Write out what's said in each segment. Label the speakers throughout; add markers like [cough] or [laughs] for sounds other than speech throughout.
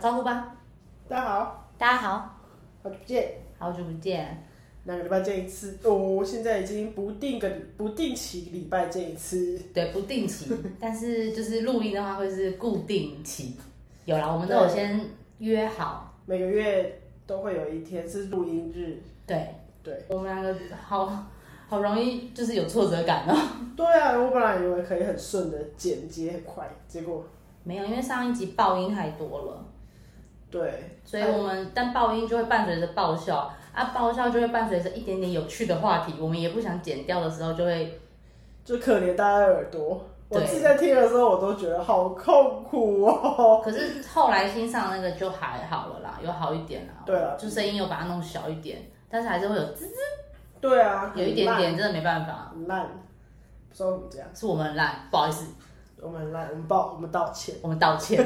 Speaker 1: 招呼吧。
Speaker 2: 大家好，
Speaker 1: 大家好，
Speaker 2: 好久不见。
Speaker 1: 好久不见。
Speaker 2: 两个礼拜见一次，哦，现在已经不定个不定期礼拜见一次。
Speaker 1: 对，不定
Speaker 2: [laughs]
Speaker 1: 期，但是就是录音的话会是固定期。有啦，我们都有
Speaker 2: 对
Speaker 1: 先约好。
Speaker 2: 每个月都会有一天是录音日。
Speaker 1: 对，
Speaker 2: 对，
Speaker 1: 我们两个好好容易就是有挫折感哦。
Speaker 2: 对啊，我本来以为可以很顺的剪接很快，结果
Speaker 1: 没有，因为上一集爆音太多了，
Speaker 2: 对，
Speaker 1: 所以我们但爆音就会伴随着爆笑啊，爆笑就会伴随着一点点有趣的话题，我们也不想剪掉的时候就会
Speaker 2: 就可怜大家的耳朵。我
Speaker 1: 对
Speaker 2: 自己在听的时候，我都觉得好痛苦哦。
Speaker 1: 可是后来新上那个就还好了啦，有好一点啦。
Speaker 2: 对啊
Speaker 1: 就声音有把它弄小一点，但是还是会有滋
Speaker 2: 对啊，
Speaker 1: 有一点点，真的没办法，
Speaker 2: 很烂，不知道怎么讲，
Speaker 1: 是我们烂，不好意思，
Speaker 2: 我们很烂，我们抱，我们道歉。
Speaker 1: 我们道
Speaker 2: [laughs]
Speaker 1: 歉，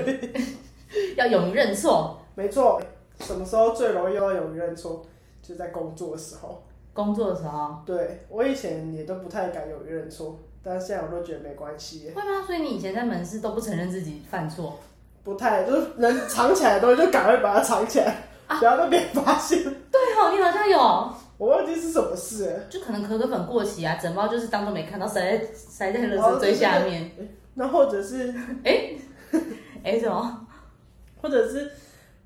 Speaker 1: 要勇于认错。
Speaker 2: 没错，什么时候最容易要有人错？就是在工作的时候。
Speaker 1: 工作的时候
Speaker 2: 对我以前也都不太敢有认错，但是现在我都觉得没关系，
Speaker 1: 会吗？所以你以前在门市都不承认自己犯错
Speaker 2: 不太 [laughs] 就是能藏起来的东西就赶快把它藏
Speaker 1: [laughs]
Speaker 2: 起来，不要被别人发现。
Speaker 1: 对哦，你好像有，
Speaker 2: 我忘记是什么事了，
Speaker 1: 就可能可可粉过期啊，整包就是当做没看到，塞在塞在垃
Speaker 2: 哦
Speaker 1: 圾堆下面。
Speaker 2: 那或者是
Speaker 1: 哎、什么？
Speaker 2: 或者是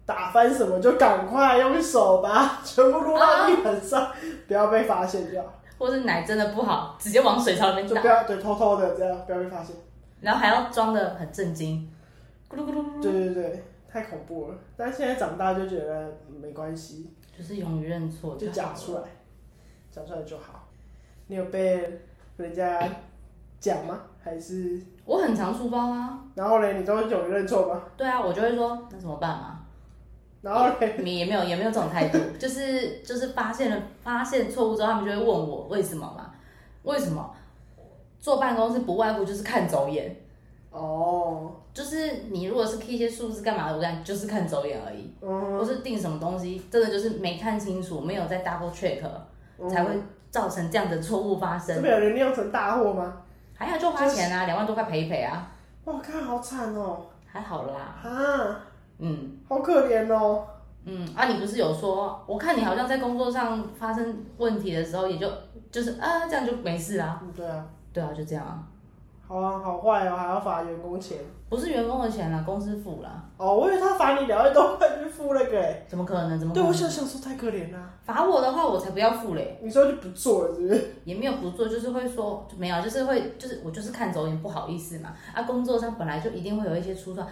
Speaker 2: 打翻什么就赶快用手把它 [laughs] 全部撸到地板上，不要被发现掉，
Speaker 1: 或者奶真的不好，直接往水槽里面
Speaker 2: 就
Speaker 1: 倒
Speaker 2: 不，要对偷偷的这样不要被发现。
Speaker 1: 然后还要装的很震惊，咕噜咕噜，
Speaker 2: 对对对，太恐怖了。但现在长大就觉得嗯没关系，
Speaker 1: 就是勇于认错
Speaker 2: 就
Speaker 1: 好
Speaker 2: 讲
Speaker 1: 了
Speaker 2: 出来，讲出来就好。你有被人家讲吗？还是
Speaker 1: 我很常出包啊，
Speaker 2: 然后嘞，你都勇于认错吗？
Speaker 1: 对啊，我就会说那怎么办嘛？
Speaker 2: 然后嘞，
Speaker 1: [laughs] 你也没有也没有这种态度，就是就是发现了发现错误之后，他们就会问我为什么嘛？为什么坐办公室不外乎就是看走眼，
Speaker 2: 哦，
Speaker 1: 就是你如果是 key 一些数字干嘛的，我感就是看走眼而已，
Speaker 2: 嗯，
Speaker 1: 或是定什么东西，真的就是没看清楚，没有在 double check，
Speaker 2: 嗯
Speaker 1: 才会造成这样的错误发
Speaker 2: 这
Speaker 1: 生。
Speaker 2: 边有人酿成大祸吗？
Speaker 1: 还有就花钱啊，两万多块赔一赔啊，
Speaker 2: 哇，看好惨哦，
Speaker 1: 还好啦，
Speaker 2: 啊，
Speaker 1: 嗯。
Speaker 2: 好可怜哦。
Speaker 1: 嗯，啊，你不是有说，我看你好像在工作上发生问题的时候，也就就是啊，这样就没事啊。
Speaker 2: 嗯，对啊，
Speaker 1: 对啊，就这样啊，
Speaker 2: 好啊，好坏哦，还要罚员工钱。
Speaker 1: 不是员工的钱啦，公司付啦，
Speaker 2: 哦，我以为他罚你两万多块去付那个欸，
Speaker 1: 怎么可能？怎么可
Speaker 2: 对我
Speaker 1: 能？
Speaker 2: 想想说太可怜了。
Speaker 1: 罚我的话，我才不要付嘞，
Speaker 2: 你说就不做了是不是？
Speaker 1: 也没有不做，就是会说就没有，啊就是会就是我就是看走眼，不好意思嘛。啊，工作上本来就一定会有一些出错，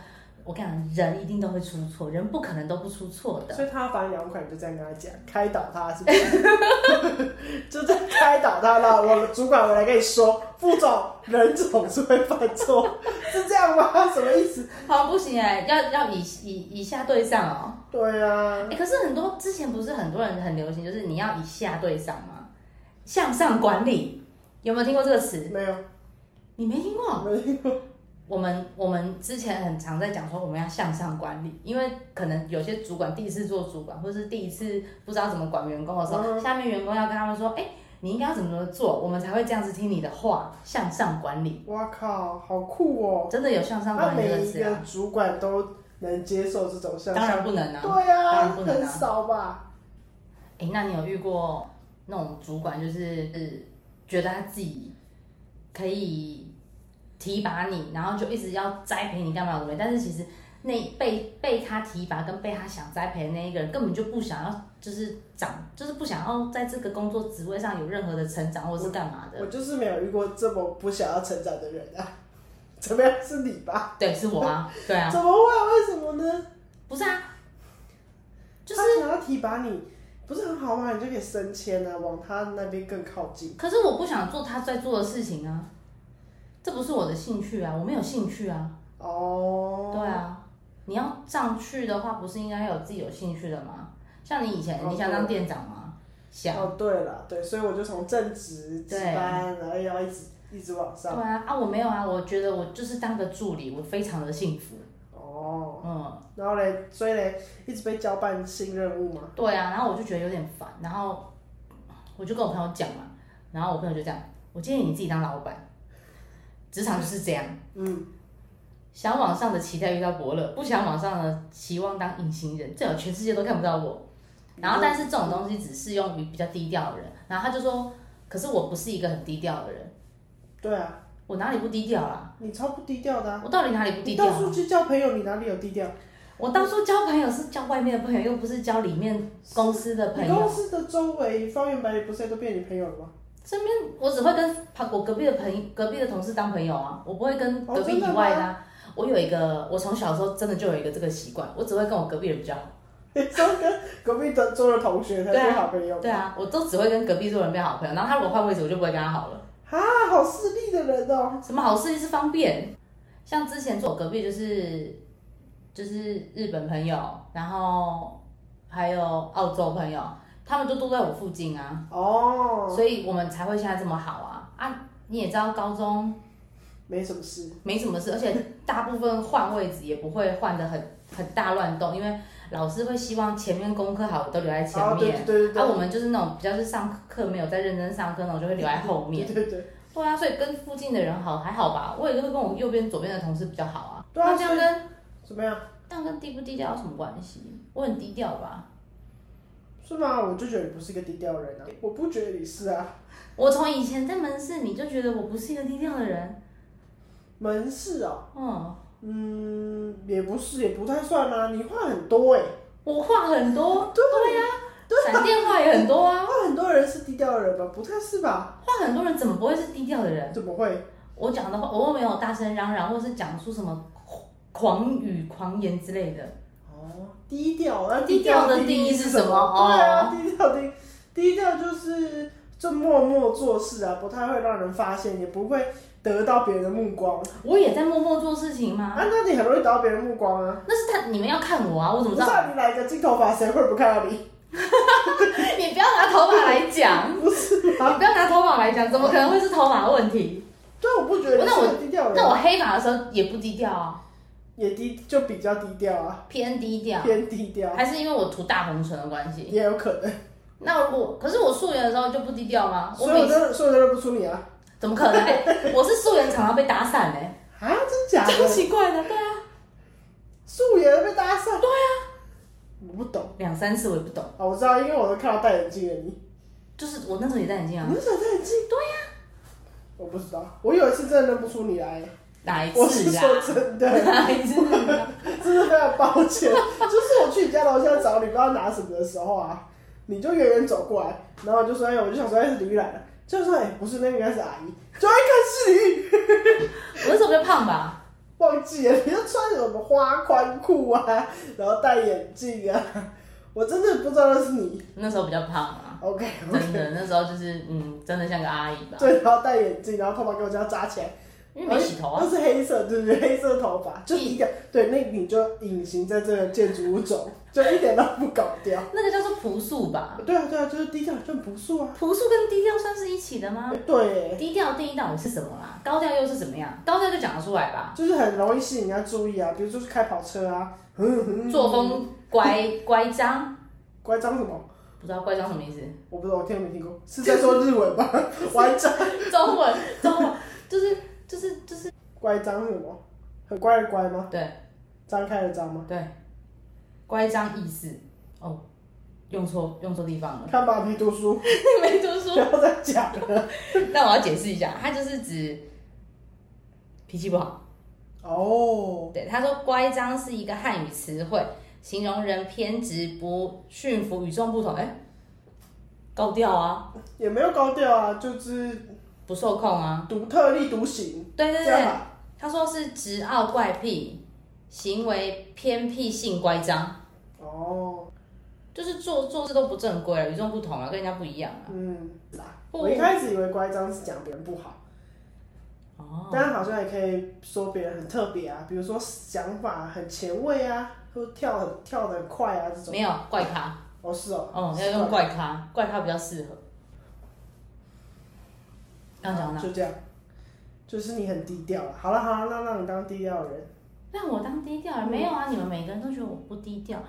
Speaker 1: 我跟你讲，人一定都会出错，人不可能都不出错的。
Speaker 2: 所以他罚你两万块，你就这样跟他讲，开导他是不是？ [laughs] 就这样开导他了。我主管，我来跟你说，副总人总是会犯错，是这样吗？什么意思？
Speaker 1: 好像不行哎、要要以以以下对上哦。
Speaker 2: 对啊，
Speaker 1: 哎、可是很多之前不是很多人很流行，就是你要以下对上吗？向上管理有没有听过这个词？
Speaker 2: 没有，
Speaker 1: 你没听过？
Speaker 2: 没听过。
Speaker 1: 我们我们之前很常在讲说我们要向上管理，因为可能有些主管第一次做主管，或是第一次不知道怎么管员工的时候，
Speaker 2: 嗯
Speaker 1: 下面员工要跟他们说，哎、你应该要怎么怎么做，我们才会这样子听你的话，向上管理。
Speaker 2: 哇靠，好酷哦！
Speaker 1: 真的有向上
Speaker 2: 那
Speaker 1: 管理
Speaker 2: 每
Speaker 1: 这个
Speaker 2: 一
Speaker 1: 词
Speaker 2: 个
Speaker 1: 啊？
Speaker 2: 主管都能接受这种像
Speaker 1: 当然不能啊。
Speaker 2: 对啊，
Speaker 1: 当然不能
Speaker 2: 很
Speaker 1: 啊
Speaker 2: 少吧？
Speaker 1: 哎、那你有遇过那种主管，就是呃觉得他自己可以提拔你，然后就一直要栽培你干嘛的？但是其实那被被他提拔跟被他想栽培的那一个人根本就不想要，就是长，就是不想要在这个工作职位上有任何的成长或是干嘛的。
Speaker 2: 我就是没有遇过这么不想要成长的人啊！怎么样？是你吧？
Speaker 1: 对，是我啊，对啊，
Speaker 2: 怎么会？为什么呢？
Speaker 1: 不是啊，就是
Speaker 2: 他想要提拔你，不是很好吗？你就可以升迁啊，往他那边更靠近。
Speaker 1: 可是我不想做他在做的事情啊，这不是我的兴趣啊，我没有兴趣啊。
Speaker 2: 哦，
Speaker 1: 对啊，你要上去的话，不是应该有自己有兴趣的吗？像你以前，
Speaker 2: 哦
Speaker 1: 你想当店长吗？想。
Speaker 2: 哦，对了，对，所以我就从正职值班，然后要一直一直往
Speaker 1: 对
Speaker 2: 上。
Speaker 1: 啊，啊，我没有啊，我觉得我就是当个助理，我非常的幸福。
Speaker 2: 哦，
Speaker 1: 嗯，
Speaker 2: 然后嘞，所以嘞，一直被交办新任务嘛。
Speaker 1: 对啊，然后我就觉得有点烦，然后我就跟我朋友讲嘛，然后我朋友就这样，我建议你自己当老板，职场就是这样，
Speaker 2: 嗯，
Speaker 1: 想往上的期待遇到伯乐，不想往上的期望当隐形人，最好全世界都看不到我。然后，但是这种东西只适用于比较低调的人。然后他就说，可是我不是一个很低调的人，
Speaker 2: 对啊，
Speaker 1: 我哪里不低调啦、
Speaker 2: 你超不低调的啊！
Speaker 1: 我到底哪里不低
Speaker 2: 你
Speaker 1: 调、
Speaker 2: 到处去交朋友，你哪里有低调？
Speaker 1: 我当初交朋友是交外面的朋友，又不是交里面公司的朋
Speaker 2: 你
Speaker 1: 友。
Speaker 2: 公司的周围方圆百里不是都变你朋友了吗？
Speaker 1: 身边我只会跟旁我隔壁的朋友隔壁的同事当朋友啊，我不会跟
Speaker 2: 哦
Speaker 1: 隔壁以外的、啊。我有一个，我从小的时候真的就有一个这个习惯，我只会跟我隔壁人比较好。
Speaker 2: 你说跟 [laughs] 隔壁的桌的同学才是好朋友
Speaker 1: 对啊，我都只会跟隔壁桌人变好朋友，然后他如果换位置，我就不会跟他好了。
Speaker 2: 啊，好势利的人哦、
Speaker 1: 什么好事情是方便，像之前坐我隔壁就是就是日本朋友，然后还有澳洲朋友，他们就都在我附近啊。
Speaker 2: 哦，
Speaker 1: 所以我们才会现在这么好啊啊！你也知道，高中
Speaker 2: 没什么事，
Speaker 1: 没什么事，而且大部分换位置也不会换的很很大乱动，因为老师会希望前面功课好的都留在前
Speaker 2: 哦，对
Speaker 1: 面，
Speaker 2: 对对
Speaker 1: 啊，
Speaker 2: 对
Speaker 1: 我们就是那种比较是上课没有在认真上课那种，就会留在后面。
Speaker 2: 对对对，
Speaker 1: 对啊，所以跟附近的人好还好吧，我也会跟我右边左边的同事比较好啊。
Speaker 2: 对啊
Speaker 1: 那这样跟
Speaker 2: 怎么样？
Speaker 1: 这样跟低不低调有什么关系？我很低调吧，
Speaker 2: 是吗？啊我就觉得你不是一个低调的人啊，我不觉得你是啊。
Speaker 1: 我从以前在门市你就觉得我不是一个低调的人，
Speaker 2: 门市哦、
Speaker 1: 嗯。
Speaker 2: 嗯，也不是，也不太算啊。你话很多哎、
Speaker 1: 我话很多，
Speaker 2: 对
Speaker 1: 呀、闪电话也很多啊。
Speaker 2: 话很多人是低调的人吧？不太是吧？
Speaker 1: 话很多人怎么不会是低调的人？
Speaker 2: 怎么会？
Speaker 1: 我讲的话，我又没有大声嚷嚷，或是讲出什么 [laughs] 狂语、狂言之类的。
Speaker 2: 哦，低调，那
Speaker 1: 低调的
Speaker 2: 低
Speaker 1: 定义是什么哦
Speaker 2: 对啊，低调定低调就是就默默做事啊，不太会让人发现，也不会得到别人的目光啊。
Speaker 1: 我也在默默做事情吗？
Speaker 2: 那你很容易得到别人目光啊。
Speaker 1: 那是他，你们要看我啊，我怎
Speaker 2: 不
Speaker 1: 么
Speaker 2: 知
Speaker 1: 知道？
Speaker 2: 道你来个金头发，谁会不看到你？ [laughs] 啊
Speaker 1: 你不要拿头发来讲，
Speaker 2: 不是
Speaker 1: 你
Speaker 2: 吗？
Speaker 1: 不要拿头发来讲，怎么可能会是头发的问题？
Speaker 2: 对，我不觉得你
Speaker 1: 那
Speaker 2: 是
Speaker 1: 我
Speaker 2: 个低调人
Speaker 1: 那，我黑发的时候也不低调啊，
Speaker 2: 也低就比较低调啊，
Speaker 1: 偏低调，
Speaker 2: 偏低调，
Speaker 1: 还是因为我涂大红唇的关系？
Speaker 2: 也有可能。
Speaker 1: 那如果可是我素颜的时候就不低调吗？我
Speaker 2: 所以
Speaker 1: 每
Speaker 2: 啊我真的，所以我认不出你啊！
Speaker 1: 怎么可能？
Speaker 2: [laughs]
Speaker 1: 欸我是素颜常常被打散哎、
Speaker 2: 啊，真假
Speaker 1: 超
Speaker 2: 的？
Speaker 1: 奇怪的，对啊，
Speaker 2: 素颜被搭讪？对啊，我不懂
Speaker 1: 两三次我也不懂，
Speaker 2: 啊，我知道，因为我都看到戴眼镜的你。
Speaker 1: 就是我那时候也戴眼镜啊
Speaker 2: 你，为什么戴眼镜？对呀、啊我不知道，我有一次真的认不出你来，
Speaker 1: 哪一
Speaker 2: 我是
Speaker 1: 次
Speaker 2: 说
Speaker 1: 啊？ [laughs]
Speaker 2: 真的，
Speaker 1: 哪一次啊？
Speaker 2: [laughs] 真的非常抱歉。就是我去你家楼下找你，不知道拿什么的时候啊，你就远远走过来，然后我就说，哎、我就想说，哎、是李玉来了，就说，哎、不是，那个应该是阿姨，就一看是李玉，
Speaker 1: 我
Speaker 2: [laughs]
Speaker 1: 那时候比较胖吧？
Speaker 2: 忘记了，你就穿什么花宽裤啊，然后戴眼镜啊，我真的不知道那是你。
Speaker 1: 那时候比较胖啊，
Speaker 2: OK
Speaker 1: 真
Speaker 2: OK，
Speaker 1: 的，那时候就是嗯，真的像个阿姨吧，
Speaker 2: [laughs] 对，然后戴眼镜，然后头发给我这样扎起来。
Speaker 1: 因为没洗头啊
Speaker 2: 它。是黑色，对不对？黑色头发，就一点对，那你就隐形在这个建筑物中，就一点都不搞掉。
Speaker 1: 那个叫做朴素吧？
Speaker 2: 对啊，对啊，就是低调，就很不素啊。
Speaker 1: 朴素跟低调算是一起的吗？
Speaker 2: 对，
Speaker 1: 低调定义到底是什么啦？高调又是怎么样？高调就讲得出来吧？
Speaker 2: 就是很容易吸引人家注意啊，比如就是开跑车啊，嗯嗯，
Speaker 1: 作风乖乖张，
Speaker 2: 乖张什么？
Speaker 1: 不知道乖张什么意思？
Speaker 2: 我不知道，我听都没听过，是在说日
Speaker 1: [laughs]
Speaker 2: 文吧？乖张，
Speaker 1: 中文中文就是就是就是
Speaker 2: 乖张是什么？很乖的乖吗？
Speaker 1: 对。
Speaker 2: 张开的张吗？
Speaker 1: 对，乖张易事哦，用错用错地方
Speaker 2: [laughs]
Speaker 1: 了，
Speaker 2: 看吧，没读书，
Speaker 1: 没读
Speaker 2: 不
Speaker 1: 书。
Speaker 2: 要再讲了。
Speaker 1: [laughs] 但我要解释一下，他就是指脾气不好。
Speaker 2: 哦，
Speaker 1: 对，他说乖张是一个汉语词汇，形容人偏执不驯服、与众不同。哎，高调啊，
Speaker 2: 也没有高调啊，就是
Speaker 1: 不受控啊。
Speaker 2: 独特立独行，
Speaker 1: 对对
Speaker 2: 这样
Speaker 1: 对，
Speaker 2: 吧。
Speaker 1: 他说是执傲怪癖，行为偏僻性乖张，
Speaker 2: 哦。
Speaker 1: 就是做做事都不正规了，与众不同了，跟人家不一样了。
Speaker 2: 嗯，是啊
Speaker 1: 不
Speaker 2: 我一开始以为乖张是讲别人不好，
Speaker 1: 哦，
Speaker 2: 但好像也可以说别人很特别啊，比如说想法很前卫啊，或者跳很跳得很快啊这种。
Speaker 1: 没有怪咖。
Speaker 2: 哦，是哦，
Speaker 1: 哦，要用怪咖，怪咖比较适合。刚讲到哪？
Speaker 2: 就这样，就是你很低调了。啊好了好了，那让你当低调的人，
Speaker 1: 让我当低
Speaker 2: 嗯
Speaker 1: 调人？没有啊，你们每个人都觉得我不低调，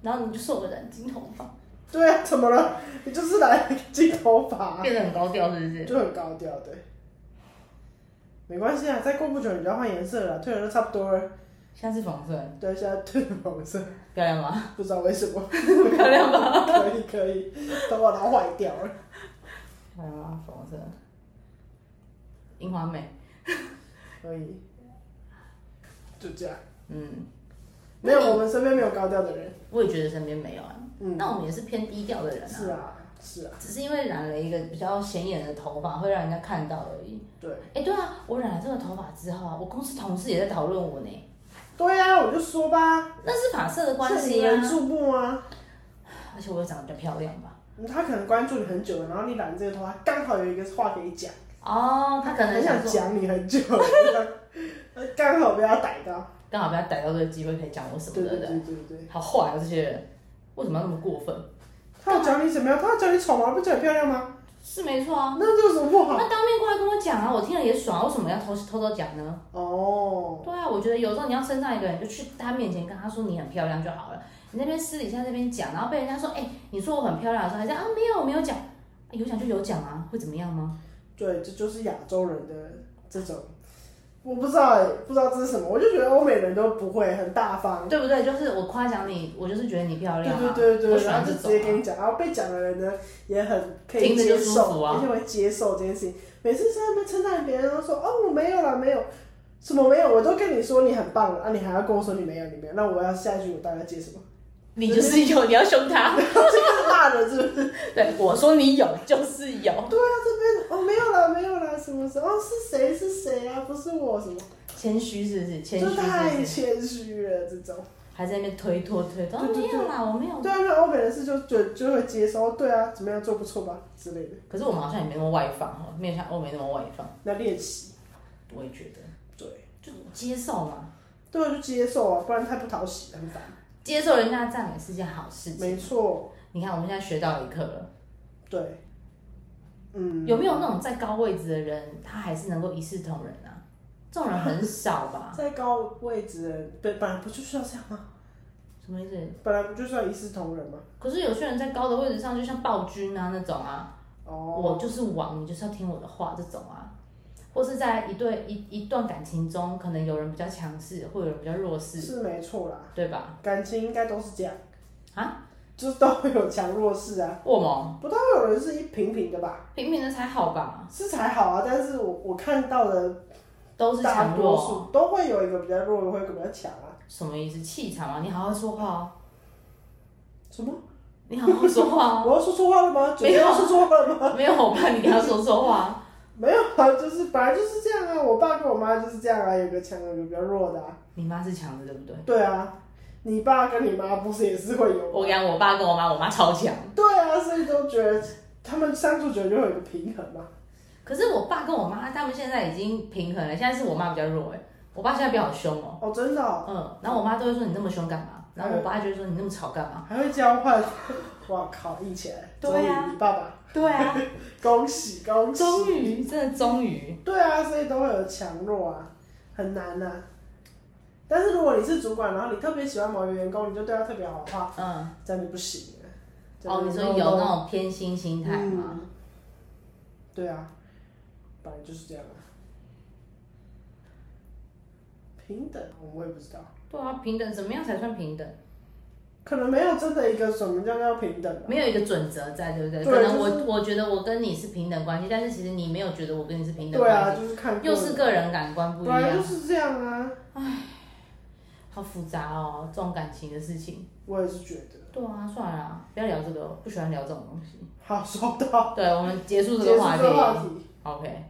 Speaker 1: 然后你就说我染金头
Speaker 2: [laughs]
Speaker 1: 发，
Speaker 2: 对啊，怎么了？你就是 [laughs] 来金头发啊、
Speaker 1: 变得很高调，是不是？
Speaker 2: 就很高调，对。没关系啊，再过不久你就要换颜色了，退了就差不多了。
Speaker 1: 现在是粉红色，
Speaker 2: 对，现在退了红色，
Speaker 1: 漂亮吗？
Speaker 2: 不知道为什么。
Speaker 1: [laughs] 漂亮吗？
Speaker 2: [laughs] 可以可以，等我它坏掉了。
Speaker 1: 漂亮吗？粉红色，樱花妹，
Speaker 2: 可以，就这样。
Speaker 1: 嗯，
Speaker 2: 没有，我们身边没有高调的人。
Speaker 1: 我也觉得身边没有啊。
Speaker 2: 嗯，
Speaker 1: 那我们也是偏低调的人
Speaker 2: 是
Speaker 1: 啊，
Speaker 2: 啊，是啊，
Speaker 1: 只是因为染了一个比较显眼的头发，会让人家看到而已。
Speaker 2: 对，
Speaker 1: 哎、对啊，我染了这个头发之后啊，我公司同事也在讨论我呢。
Speaker 2: 对啊，我就说吧，
Speaker 1: 那是发色的关
Speaker 2: 是引
Speaker 1: 系啊，
Speaker 2: 人注目啊。嗯
Speaker 1: 而且我又长得比较漂亮吧？
Speaker 2: 他可能关注你很久了，然后你染这个头发，刚好有一个话可以讲，
Speaker 1: 哦，他可能
Speaker 2: 很想
Speaker 1: 说，
Speaker 2: 讲你很久 [laughs] 了，刚好被他逮到。
Speaker 1: 刚好被他逮到这个机会，可以讲我什
Speaker 2: 对
Speaker 1: 么
Speaker 2: 对
Speaker 1: 的
Speaker 2: 对
Speaker 1: 人，
Speaker 2: 对对，
Speaker 1: 好坏啊这些人，为什么要那么过分？
Speaker 2: 他有讲你怎么样？他有讲你丑吗？不讲你漂亮吗？
Speaker 1: 是没错啊，
Speaker 2: 那这有什么不好？
Speaker 1: 那当面过来跟我讲啊，我听了也爽啊，为什么要偷偷偷讲呢？
Speaker 2: 哦，
Speaker 1: 对啊，我觉得有时候你要称赞一个人，就去他面前跟他说你很漂亮就好了。你那边私底下那边讲，然后被人家说，哎、你说我很漂亮的时候，还是啊没有我没有讲，有讲就有讲啊，会怎么样吗？
Speaker 2: 对，这就是亚洲人的这种，我不知道哎、不知道这是什么，我就觉得欧美人都不会很大方。
Speaker 1: 对不对？就是我夸奖你，我就是觉得你漂
Speaker 2: 对
Speaker 1: 亮、啊，
Speaker 2: 对对对
Speaker 1: 我
Speaker 2: 对，
Speaker 1: 喜
Speaker 2: 然
Speaker 1: 欢
Speaker 2: 后
Speaker 1: 这
Speaker 2: 就直
Speaker 1: 种、
Speaker 2: 接
Speaker 1: 啊。
Speaker 2: 跟你讲，然后被讲的人呢也很可以
Speaker 1: 听着
Speaker 2: 接
Speaker 1: 就舒
Speaker 2: 受，
Speaker 1: 服啊
Speaker 2: 而且会接受这件事情。每次在那边称赞别人，然后说哦我没有啦，没有，什么没有，我都跟你说你很棒了啊，你还要跟我说你没有，你没有，那我要下一句我大概接什么？ [laughs]
Speaker 1: 你就是有，你要凶他。
Speaker 2: 这个骂人是不是？
Speaker 1: 对，我说你有就是有，
Speaker 2: 对啊，这边哦没有啦，没有啦，什么什么哦是谁是谁啊？不是我什么，
Speaker 1: 谦虚是不是？谦虚
Speaker 2: 就是太
Speaker 1: 不是？
Speaker 2: 谦虚了这种。
Speaker 1: 还在那边推脱推脱，哦
Speaker 2: 对对
Speaker 1: 没
Speaker 2: 对
Speaker 1: 有啦，我没有。
Speaker 2: 对啊，那欧美人士就就就会接受，对啊，怎么样做不错吧之类的，
Speaker 1: 可是我们好像也没那么外放哦，没有像欧美那么外放。
Speaker 2: 那练习，
Speaker 1: 我也觉得，
Speaker 2: 对，
Speaker 1: 就接受嘛，
Speaker 2: 对啊，就接受啊，不然太不讨喜了，很烦。
Speaker 1: 接受人家的赞美是件好事情。
Speaker 2: 没错，
Speaker 1: 你看，我们现在学到一课了，
Speaker 2: 对，嗯，
Speaker 1: 有没有那种在高位置的人，他还是能够一视同仁啊？这种人很少吧？
Speaker 2: 在高位置的人，对，本来不就是要这样吗？
Speaker 1: 什么意思？
Speaker 2: 本来不就是要一视同仁吗？
Speaker 1: 可是有些人在高的位置上，就像暴君啊那种啊，我
Speaker 2: 哦，
Speaker 1: 就是王，你就是要听我的话这种啊，或是在一对一一段感情中，可能有人比较强势，或有人比较弱势，
Speaker 2: 是没错啦，
Speaker 1: 对吧？
Speaker 2: 感情应该都是这样
Speaker 1: 啊，
Speaker 2: 就是都会有强弱势啊，
Speaker 1: 我们
Speaker 2: 不太会有人是一平平的吧？
Speaker 1: 平平的才好吧，
Speaker 2: 是才好啊，但是我我看到的
Speaker 1: 都是
Speaker 2: 大
Speaker 1: 强
Speaker 2: 多
Speaker 1: 弱，哦
Speaker 2: 数都会有一个比较弱，会有一个比较强啊，
Speaker 1: 什么意思？气场啊，你好好说话哦，
Speaker 2: 什么？
Speaker 1: 你好好说话
Speaker 2: 我要说错话
Speaker 1: [laughs]
Speaker 2: 了吗？
Speaker 1: 没有
Speaker 2: 九天要说错话了吗？
Speaker 1: [laughs] 哦，没有我怕你跟他说错话，
Speaker 2: 没有啊，就是本来就是这样啊。我爸跟我妈就是这样啊，有个强，有个比较弱的啊。
Speaker 1: 你妈是强的，对不对？
Speaker 2: 对啊，你爸跟你妈不是也是会有？
Speaker 1: 我讲我爸跟我妈，我妈超强，
Speaker 2: 对啊，所以都觉得他们相处久了就会有一个平衡嘛。
Speaker 1: 可是我爸跟我妈他们现在已经平衡了，现在是我妈比较弱哎、我爸现在比较凶哦，
Speaker 2: 哦，真的、哦，
Speaker 1: 嗯，然后我妈都会说你那么凶干嘛，然后我爸就会说你那么吵干嘛。
Speaker 2: 还会交换。哇靠，硬起来！
Speaker 1: 对啊
Speaker 2: 终于你爸爸，
Speaker 1: 对啊，
Speaker 2: 恭喜恭喜！
Speaker 1: 终于，真的终于，
Speaker 2: 对啊，所以都会有强弱啊，很难呐、但是如果你是主管，然后你特别喜欢某一个员工，你就对他特别好的话，
Speaker 1: 嗯，
Speaker 2: 这样就不行了。这样
Speaker 1: 哦，
Speaker 2: 就
Speaker 1: 你说有
Speaker 2: no-no
Speaker 1: 那种偏心心态吗？
Speaker 2: 嗯？对啊，本来就是这样啊。平等，我也不知道，
Speaker 1: 对啊，平等怎么样才算平等？
Speaker 2: 可能没有真的一个什么叫叫平等啊。
Speaker 1: 没有一个准则在，对不对？
Speaker 2: 对
Speaker 1: 可能我、
Speaker 2: 就是
Speaker 1: 我觉得我跟你是平等关系，但是其实你没有觉得我跟你是平等
Speaker 2: 对
Speaker 1: 关系，
Speaker 2: 啊，就是看个
Speaker 1: 又
Speaker 2: 人
Speaker 1: 是个人感官不一
Speaker 2: 本来就
Speaker 1: 样，
Speaker 2: 是这样啊。
Speaker 1: 好复杂哦，这种感情的事情。
Speaker 2: 我也是觉得，
Speaker 1: 对啊，算了啦，不要聊这个，不喜欢聊这种东西。
Speaker 2: 好收到，
Speaker 1: 对，我们结束
Speaker 2: 结
Speaker 1: 这个
Speaker 2: 束这
Speaker 1: 话题。
Speaker 2: 个话题，
Speaker 1: OK，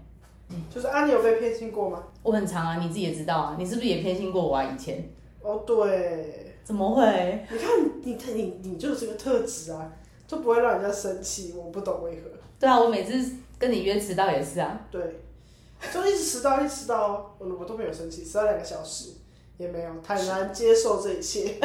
Speaker 2: 就是啊，你有被偏心过吗？
Speaker 1: 我很长啊，你自己也知道啊，你是不是也偏心过我啊？以前
Speaker 2: 哦，对，
Speaker 1: 怎么会？
Speaker 2: 你看你你你就是个特质啊，就不会让人家生气，我不懂为何。
Speaker 1: 对啊，我每次跟你约迟到也是啊。
Speaker 2: 对，就一直迟到，一直迟到哦，我我都没有生气，迟到两个小时也没有，坦然接受这一切，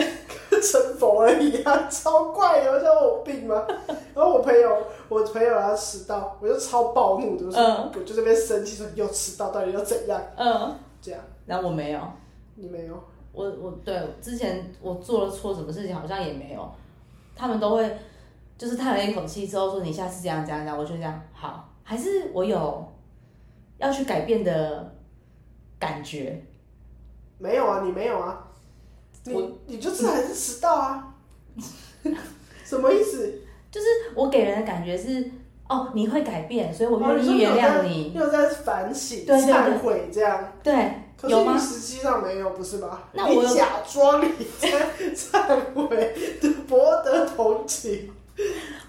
Speaker 2: 跟成佛而已啊，超怪的，我叫我有病吗？然后我朋友，我朋友他迟到，我就超暴怒的，我说、
Speaker 1: 嗯
Speaker 2: 我就这边生气说你又迟到，到底又怎样？
Speaker 1: 嗯，
Speaker 2: 这样
Speaker 1: 然后我没有，
Speaker 2: 你没有，
Speaker 1: 我我对之前我做了错什么事情好像也没有，他们都会就是叹了一口气之后说你下次这样这样这样，我就这样好，还是我有要去改变的感觉。
Speaker 2: 没有啊，你没有啊，
Speaker 1: 我
Speaker 2: 你你就是很迟到啊，什么意思？
Speaker 1: 就是我给人的感觉是，哦，你会改变，所以我
Speaker 2: 哦
Speaker 1: 愿
Speaker 2: 说
Speaker 1: 意
Speaker 2: 你有
Speaker 1: 原谅
Speaker 2: 在
Speaker 1: 你。
Speaker 2: 有在反省、
Speaker 1: 对对对
Speaker 2: 忏悔这样。
Speaker 1: 对，
Speaker 2: 可是
Speaker 1: 有吗
Speaker 2: 你实际上没有，不是吧？
Speaker 1: 那我
Speaker 2: 你假装你在忏悔，博得同情，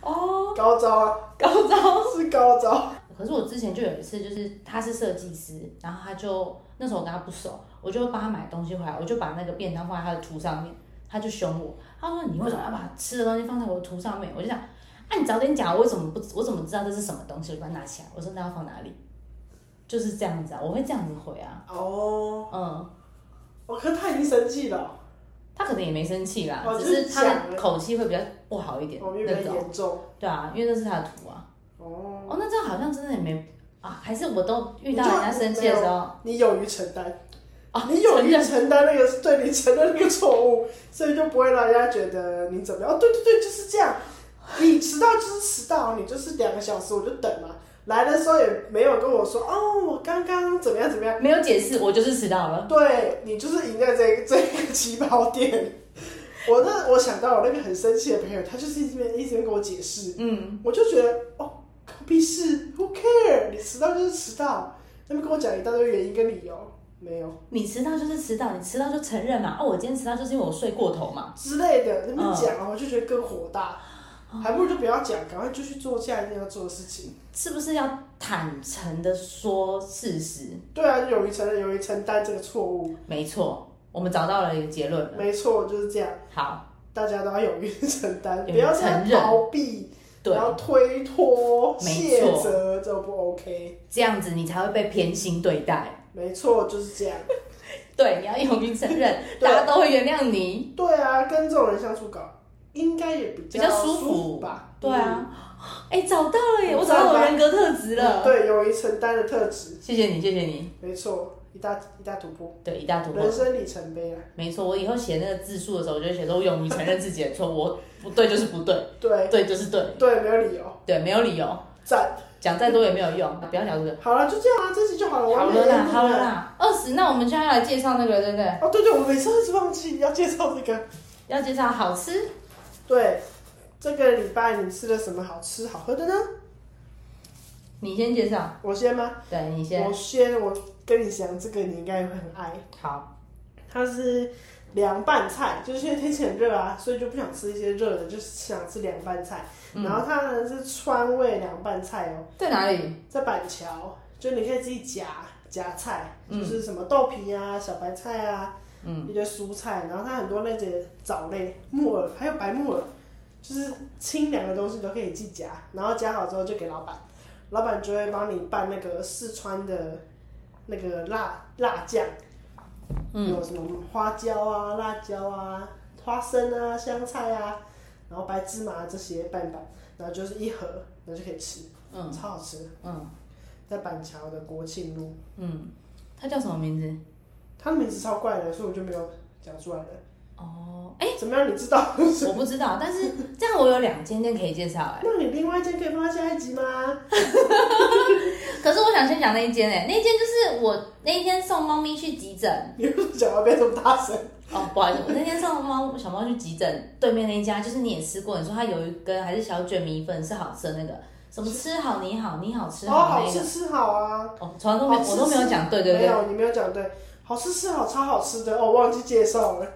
Speaker 1: 哦，
Speaker 2: 高招啊，
Speaker 1: 高招。
Speaker 2: 是高招。
Speaker 1: 可是我之前就有一次，就是他是设计师，然后他就那时候我跟他不熟，我就帮他买东西回来，我就把那个便当放在他的图上面，他就凶我，他说你为什么要把吃的东西放在我的图上面？我就想，啊你早点讲，我怎么不我怎么知道这是什么东西？我就把它拿起来，我说那要放哪里？就是这样子啊，我会这样子回啊，
Speaker 2: 哦，
Speaker 1: 嗯，
Speaker 2: 我可他已经生气了，
Speaker 1: 他可能也没生气啦，
Speaker 2: 哦
Speaker 1: 只
Speaker 2: 就是
Speaker 1: 是他
Speaker 2: 讲
Speaker 1: 的
Speaker 2: 了
Speaker 1: 口气会比较不好一点
Speaker 2: 我们哦越
Speaker 1: 那
Speaker 2: 来越
Speaker 1: 种，
Speaker 2: 严重。
Speaker 1: 对啊，因为那是他的图啊，
Speaker 2: 哦，
Speaker 1: 哦，那这样好像真的也没啊，还是我都遇到
Speaker 2: 你就
Speaker 1: 人家生气的时候。
Speaker 2: 你勇于承担，
Speaker 1: 啊
Speaker 2: 你勇
Speaker 1: 承
Speaker 2: 于
Speaker 1: 认
Speaker 2: 承担那个对你承认那个错误，所以就不会让人家觉得你怎么样。哦，对对对，就是这样。你迟到就是迟到，你就是两个小时我就等嘛。来的时候也没有跟我说哦，我刚刚怎么样怎么样。
Speaker 1: 没有解释，我就是迟到了。
Speaker 2: 对你就是赢在这这个起跑点。我那我想到我那个很生气的朋友，他就是一直边一直边跟我解释，
Speaker 1: 嗯，
Speaker 2: 我就觉得哦，关我屁事，Who care？你迟到就是迟到，他们跟我讲一大堆原因跟理由，没有
Speaker 1: 你迟到就是迟到，你迟到就承认嘛。哦，我今天迟到就是因为我睡过头嘛。
Speaker 2: 之类的，他们讲
Speaker 1: 嗯
Speaker 2: 啊，我就觉得更火大，还不如就不要讲，赶快就去做下一定要做的事情。
Speaker 1: 是不是要坦诚的说事实？
Speaker 2: 对啊，勇于承认，勇于承担这个错误，
Speaker 1: 没错，我们找到了一个结论了。
Speaker 2: 没错，就是这样，
Speaker 1: 好，
Speaker 2: 大家都要勇于承担，
Speaker 1: 勇于
Speaker 2: 不要这样
Speaker 1: 承认
Speaker 2: 逃避。
Speaker 1: 对
Speaker 2: 然，后推脱、
Speaker 1: 没
Speaker 2: 卸
Speaker 1: 错
Speaker 2: 责，这不 OK。
Speaker 1: 这样子你才会被偏心对待。
Speaker 2: 没错，就是这样。
Speaker 1: 对，你要勇于承 [laughs] 认，
Speaker 2: 对
Speaker 1: 大家都会原谅你。
Speaker 2: 对啊，跟这种人相处搞，应该也比
Speaker 1: 比较舒
Speaker 2: 舒
Speaker 1: 服
Speaker 2: 吧？
Speaker 1: 对啊，哎、找到了耶！
Speaker 2: 我
Speaker 1: 我
Speaker 2: 找到
Speaker 1: 找到我
Speaker 2: 了
Speaker 1: 人格特质
Speaker 2: 嗯，
Speaker 1: 了。
Speaker 2: 对，勇于承担的特质，
Speaker 1: 谢谢你，谢谢你。
Speaker 2: 没错，一大一大突破，
Speaker 1: 对，一大突破
Speaker 2: 人。生里程碑啊。
Speaker 1: 没错，我以后写那个字数的时候，我就写说我勇于承认自己的错，我不对就是不对，
Speaker 2: 对
Speaker 1: 对就是对，
Speaker 2: 对，没有理由，
Speaker 1: 对，没有理由。
Speaker 2: 赞。
Speaker 1: 讲再多也没有用，不要聊这个。
Speaker 2: 好了，就这样啊，这集就好了。我
Speaker 1: 好
Speaker 2: 要
Speaker 1: 了啦，
Speaker 2: 没
Speaker 1: 好了
Speaker 2: 了。
Speaker 1: 啦，二十，那我们现在要来介绍那个，对不对？
Speaker 2: 哦，对对，我每次都一直忘记要介绍这个。
Speaker 1: 要介绍好吃，
Speaker 2: 对，这个礼拜你吃了什么好吃好喝的呢？
Speaker 1: 你先介绍，
Speaker 2: 我先吗？
Speaker 1: 对你先
Speaker 2: 我。先，我跟你讲这个，你应该会很爱。
Speaker 1: 好，
Speaker 2: 它是凉拌菜，就是现在天气很热啊，所以就不想吃一些热的，就是想吃凉拌菜。然后它呢是川味凉拌菜哦，
Speaker 1: 在哪里？
Speaker 2: 在板桥，就你可以自己夹夹菜，就是什么豆皮啊、小白菜啊，一堆蔬菜，啊然后它很多那些藻类、木耳，还有白木耳，就是清凉的东西都可以自己夹，然后夹好之后就给老板，老板就会帮你拌那个四川的那个辣辣酱，有什么花椒啊、辣椒啊、花生啊、香菜啊，然后白芝麻这些拌一拌，然后就是一盒，然后就可以吃，
Speaker 1: 嗯
Speaker 2: 超好吃。
Speaker 1: 嗯
Speaker 2: 在板桥的国庆路，
Speaker 1: 嗯，它叫什么名字？
Speaker 2: 它的名字超怪的，所以我就没有讲出来了。
Speaker 1: 哦，
Speaker 2: [laughs]
Speaker 1: 哎，
Speaker 2: 怎么样？你知道？
Speaker 1: 我不知道，但是这样我有两间店可以介绍哎。
Speaker 2: 那你另外一间可以放在下一集吗？
Speaker 1: 可是我想先讲那一间哎，那一间就是我那一天送猫咪去急诊。
Speaker 2: 你为什么讲话变这么大声？
Speaker 1: 哦，不好意思，我那天送猫小猫去急诊，对面那一家就是你也吃过，你说它有一根还是小卷米粉是好吃的那个，什么吃好你好你好吃
Speaker 2: 哦，
Speaker 1: 好那
Speaker 2: 好
Speaker 1: 个
Speaker 2: 吃。吃好啊！
Speaker 1: 哦，从来都没有，
Speaker 2: 好吃
Speaker 1: 我都没有讲，对对
Speaker 2: 没
Speaker 1: 对，
Speaker 2: 有，你没有讲对。好吃吃好，超好吃的哦！我忘记介绍了。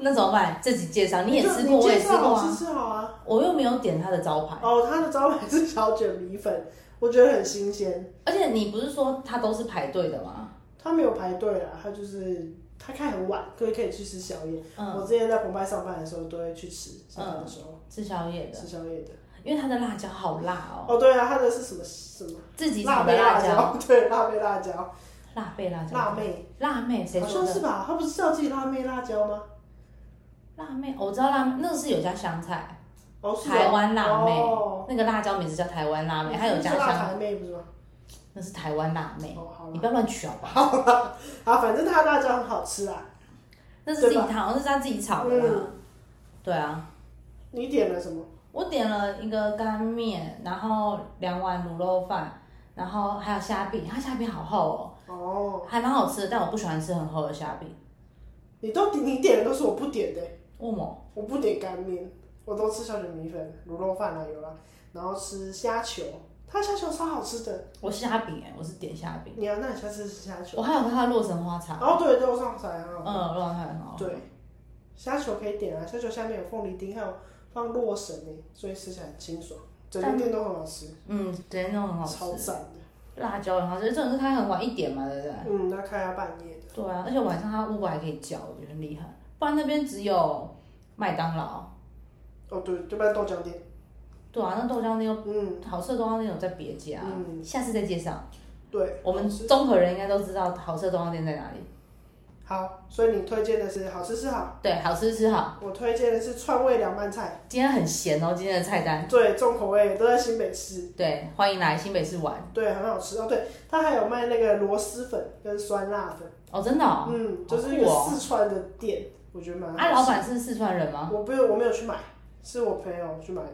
Speaker 1: 那怎么办？自己介绍，你也吃过，
Speaker 2: 就你
Speaker 1: 我也
Speaker 2: 介
Speaker 1: 吃
Speaker 2: 绍
Speaker 1: 过
Speaker 2: 好吃
Speaker 1: 啊，
Speaker 2: 吃好啊！
Speaker 1: 我又没有点它的招牌，
Speaker 2: 哦，它的招牌是小卷米粉，我觉得很新鲜。
Speaker 1: 而且你不是说它都是排队的吗？
Speaker 2: 它没有排队啊，它就是它开很晚，各位可以去吃宵夜。
Speaker 1: 嗯，
Speaker 2: 我之前在澎湃上班的时候都会去吃，上班的时候、
Speaker 1: 吃宵夜的，
Speaker 2: 吃宵夜的。
Speaker 1: 因为它的辣椒好辣哦，
Speaker 2: 哦，对啊，它的是什么什么
Speaker 1: 自己
Speaker 2: 辣
Speaker 1: 炒
Speaker 2: 妹
Speaker 1: 的
Speaker 2: 辣
Speaker 1: 椒，
Speaker 2: 椒？ [laughs] 对，辣妹辣椒，
Speaker 1: 辣妹辣椒，
Speaker 2: 辣妹
Speaker 1: 辣妹谁
Speaker 2: 好
Speaker 1: 做
Speaker 2: 像是
Speaker 1: 的？
Speaker 2: 吧？它不是叫自己辣妹辣椒吗？
Speaker 1: 辣妹，哦我知道辣妹，那个是有加香菜，
Speaker 2: 哦，是哦
Speaker 1: 台湾辣妹
Speaker 2: 哦，
Speaker 1: 那个辣椒名字叫台湾辣妹，它有加
Speaker 2: 嗯是辣
Speaker 1: 香，
Speaker 2: 台妹不是吗？
Speaker 1: 那是台湾辣妹，
Speaker 2: 哦，好
Speaker 1: 你
Speaker 2: 了，
Speaker 1: 不要乱取好不好？
Speaker 2: 好了，好，反正它的辣椒很好吃啊。
Speaker 1: 那是自己
Speaker 2: 对吧
Speaker 1: 烫，那是他自己炒的啦，
Speaker 2: 嗯，
Speaker 1: 对啊。
Speaker 2: 你点了什么？
Speaker 1: 我点了一个干面，然后两碗卤肉饭，然后还有虾饼，它虾饼好厚哦，
Speaker 2: 哦，
Speaker 1: 还蛮好吃的，但我不喜欢吃很厚的虾饼。
Speaker 2: 你都你点的都是我不点的、
Speaker 1: 为什么？
Speaker 2: 我不点干面，我都吃小卷米粉、卤肉饭啊有啦，然后吃虾球，它虾球超好吃的。
Speaker 1: 我是虾饼哎，我是点虾饼。
Speaker 2: 你要、那你下次吃虾球。
Speaker 1: 我还有喝它的洛神花茶，
Speaker 2: 哦，对对，我上才
Speaker 1: 嗯，
Speaker 2: 啊。
Speaker 1: 洛神花茶很好喝。
Speaker 2: 对，虾球可以点啊，虾球下面有凤梨丁，还有放洛神呢、所以吃起来很清爽，整间店都很好吃，
Speaker 1: 嗯，对，那种很好
Speaker 2: 超
Speaker 1: 吃，
Speaker 2: 赞的。
Speaker 1: 辣椒很好吃，重点是它很晚一点嘛，对不对？
Speaker 2: 嗯，那开到半夜，
Speaker 1: 对啊，而且晚上它 Uber 还可以叫，我觉得很厉害。不然那边只有麦当劳，
Speaker 2: 哦对，对面豆浆店，
Speaker 1: 对啊，那豆浆店
Speaker 2: 嗯，
Speaker 1: 好吃的豆浆店有在别家，
Speaker 2: 嗯
Speaker 1: 下次再介绍。
Speaker 2: 对，
Speaker 1: 我们综合人应该都知道好吃的豆浆店在哪里。
Speaker 2: 好，所以你推荐的是好吃是好，
Speaker 1: 对，好吃吃好。
Speaker 2: 我推荐的是川味凉拌菜，
Speaker 1: 今天很咸哦，今天的菜单。
Speaker 2: 对，重口味都在新北市，
Speaker 1: 对，欢迎来新北市玩。
Speaker 2: 对，很好吃哦。对，它还有卖那个螺蛳粉跟酸辣粉，
Speaker 1: 哦，真的哦。
Speaker 2: 嗯，
Speaker 1: 好
Speaker 2: 就
Speaker 1: 酷
Speaker 2: 是一个
Speaker 1: 哦
Speaker 2: 四川的店，我觉得蛮好吃。
Speaker 1: 啊，老板是四川人吗？
Speaker 2: 我不有，我没有去买，是我朋友去买的。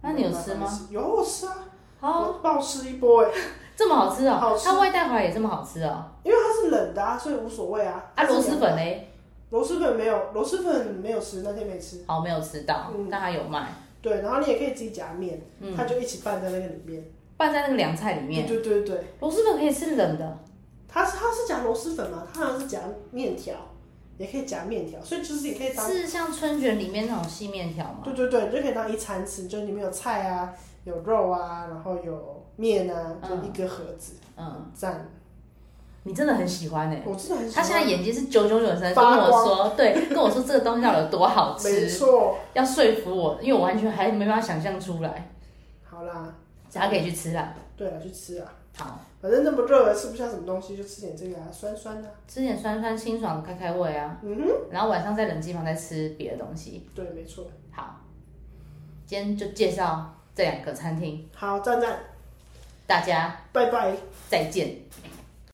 Speaker 1: 那你有吃吗？
Speaker 2: 有我吃啊，
Speaker 1: 哦，
Speaker 2: 我暴吃一波哎、
Speaker 1: 这么好吃哦，
Speaker 2: 好吃
Speaker 1: 它外带回来也这么好吃哦。
Speaker 2: 因为它是冷的啊，所以无所谓啊。
Speaker 1: 啊，螺蛳粉嘞？
Speaker 2: 螺蛳粉没有，螺蛳粉没有吃，那天没吃。
Speaker 1: 好，没有吃到，
Speaker 2: 嗯
Speaker 1: 但它有卖，
Speaker 2: 对，然后你也可以自己夹面，
Speaker 1: 嗯
Speaker 2: 它就一起拌在那个里面。
Speaker 1: 拌在那个凉菜里面。
Speaker 2: 对对对对，
Speaker 1: 螺蛳粉可以吃冷的，
Speaker 2: 它是它是夹螺蛳粉嘛，它好像是夹面条，也可以夹面条，所以就是也可以当
Speaker 1: 是像春卷里面那种细面条吗？
Speaker 2: 对对对，你就可以当一餐吃，就是里面有菜啊，有肉啊，然后有面啊，就一个盒子，
Speaker 1: 嗯，
Speaker 2: 赞、
Speaker 1: 你真的很喜欢哎、
Speaker 2: 我真的很喜
Speaker 1: 他
Speaker 2: 欢。
Speaker 1: 现在眼睛是炯炯有神，跟
Speaker 2: 发
Speaker 1: 我说，对，跟我说这个东西到底有多好
Speaker 2: 没
Speaker 1: 吃，
Speaker 2: 错，
Speaker 1: 要说服我，因为我完全还没办法想象出来，
Speaker 2: 好啦，
Speaker 1: 大家可以去吃啦。
Speaker 2: 对了，去吃啊，
Speaker 1: 好，
Speaker 2: 反正那么热，吃不下什么东西，就吃点这个啊，酸酸的、
Speaker 1: 吃点酸酸清爽的开开胃啊，
Speaker 2: 嗯哼，
Speaker 1: 然后晚上在冷气房再吃别的东西。
Speaker 2: 对，没错。
Speaker 1: 好，今天就介绍这两个餐厅，
Speaker 2: 好，赞赞，
Speaker 1: 大家
Speaker 2: 拜拜。
Speaker 1: 再见。